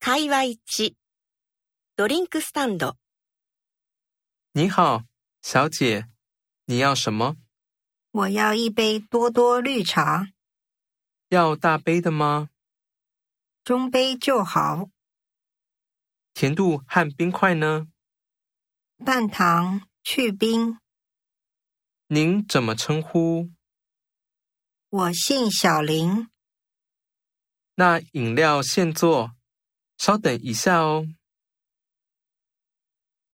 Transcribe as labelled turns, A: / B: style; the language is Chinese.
A: 会話1、ドリンクスタンド、
B: 你好，小姐，你要什么？
C: 我要一杯多多绿茶，
B: 要大杯的吗？
C: 中杯就好，
B: 甜度和冰块呢？
C: 半糖去冰。
B: 您怎么称呼？
C: 我姓小林。
B: 那饮料现做，稍等一下哦。